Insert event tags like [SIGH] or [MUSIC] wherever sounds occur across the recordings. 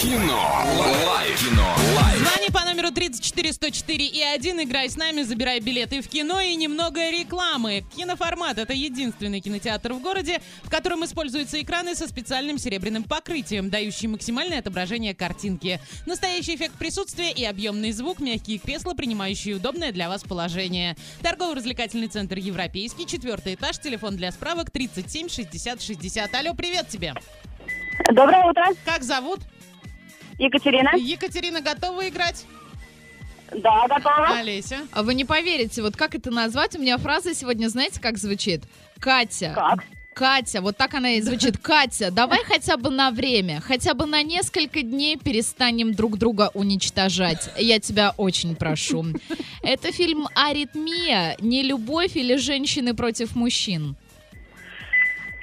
Кино. Лайф. Кино. Лайф. Звони по номеру 34104 и 1, играй с нами, забирай билеты в кино и немного рекламы. Киноформат – это единственный кинотеатр в городе, в котором используются экраны со специальным серебряным покрытием, дающие максимальное отображение картинки. Настоящий эффект присутствия и объемный звук, мягкие кресла, принимающие удобное для вас положение. Торгово-развлекательный центр «Европейский», четвертый этаж, телефон для справок 37 60 60. Алло, привет тебе! Доброе утро, Как зовут? Екатерина. Екатерина, готова играть? Да, готова. Олеся? А Вы не поверите, вот как это назвать? У меня фраза сегодня, знаете, как звучит? Катя. Как? Катя, вот так она и звучит. Катя, давай хотя бы на время, хотя бы на несколько дней перестанем друг друга уничтожать. Я тебя очень прошу. Это фильм «Аритмия», «Не любовь» или «Женщины против мужчин».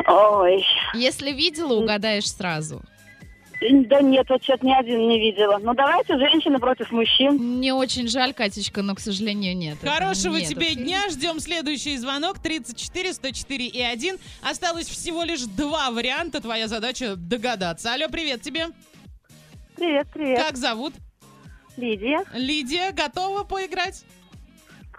Ой, Если видела, угадаешь сразу. да нет, вот что-то ни один не видела. Ну давайте женщины против мужчин. Мне очень жаль, Катечка, но, к сожалению, нет. Это Хорошего не тебе этот фильм. дня. Ждем следующий звонок. 34, 104 и 1. Осталось всего лишь два варианта. Твоя задача догадаться. Алло, привет тебе. Привет, привет, Как зовут? Лидия. Лидия, готова поиграть?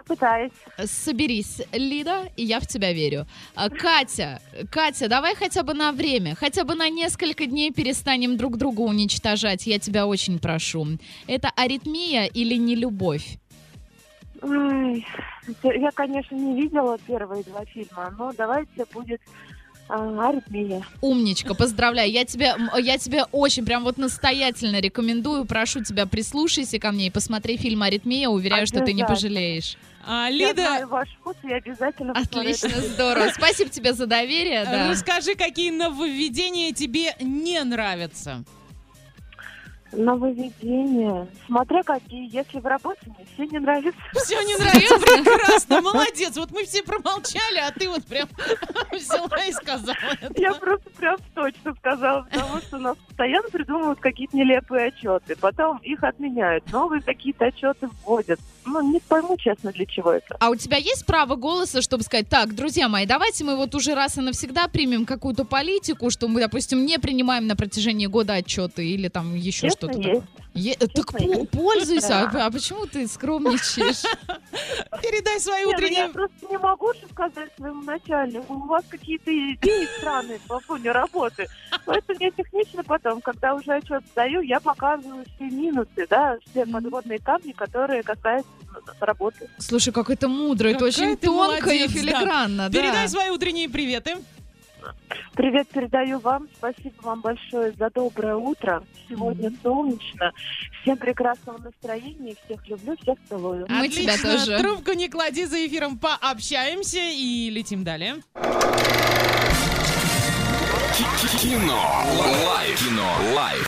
Пытаюсь. Соберись, Лида, и я в тебя верю. А, Катя, Катя, давай хотя бы на время, хотя бы на несколько дней перестанем друг друга уничтожать. Я тебя очень прошу. Это аритмия или не любовь? Ой, я, конечно, не видела первые два фильма, но давайте будет а, аритмия. Умничка, поздравляю. Я тебя, м, я тебя очень, прям вот настоятельно рекомендую. Прошу тебя, прислушайся ко мне и посмотри фильм «Аритмия». Уверяю, что ты не Обязательно. пожалеешь. А, Я Лида, знаю ваш вкус, и я обязательно посмотрю Э, Отлично, здорово. Спасибо тебе за доверие. да. э, расскажи, какие нововведения тебе не [LAUGHS] нравятся. это. Нововведение. Смотря какие, если в работе, мне все не нравится. Все не нравится, прекрасно, молодец. Вот мы все промолчали, а ты вот прям [LAUGHS] взяла и сказала это. Я просто прям точно сказала, потому что у нас постоянно придумывают какие-то нелепые отчеты, потом их отменяют, новые какие-то отчеты вводят. Ну, не пойму, честно, для чего это. А у тебя есть право голоса, чтобы сказать, так, друзья мои, давайте мы вот уже раз и навсегда примем какую-то политику, что мы, допустим, не принимаем на протяжении года отчеты или там еще Честно, что-то есть. такое? Е- э, так Честно, пу- есть. пользуйся, а, а почему ты скромничаешь? Передай свои Не, ну я утренние... просто не могу же сказать своему начальнику, у вас какие-то идеи странные по фоне работы. Поэтому я технично потом, когда уже отчет сдаю, я показываю все минусы, да, все подводные камни, которые касаются м, работы. Слушай, как это мудро, это Какая очень ты тонко и молодец, да. филигранно, да. Передай свои утренние приветы. Привет передаю вам, спасибо вам большое за доброе утро. Сегодня солнечно, всем прекрасного настроения, всех люблю, всех целую. Мы тебя Отлично. тоже. Трубку не клади за эфиром, пообщаемся и летим далее. Кино. Лайф. Кино. Лайф.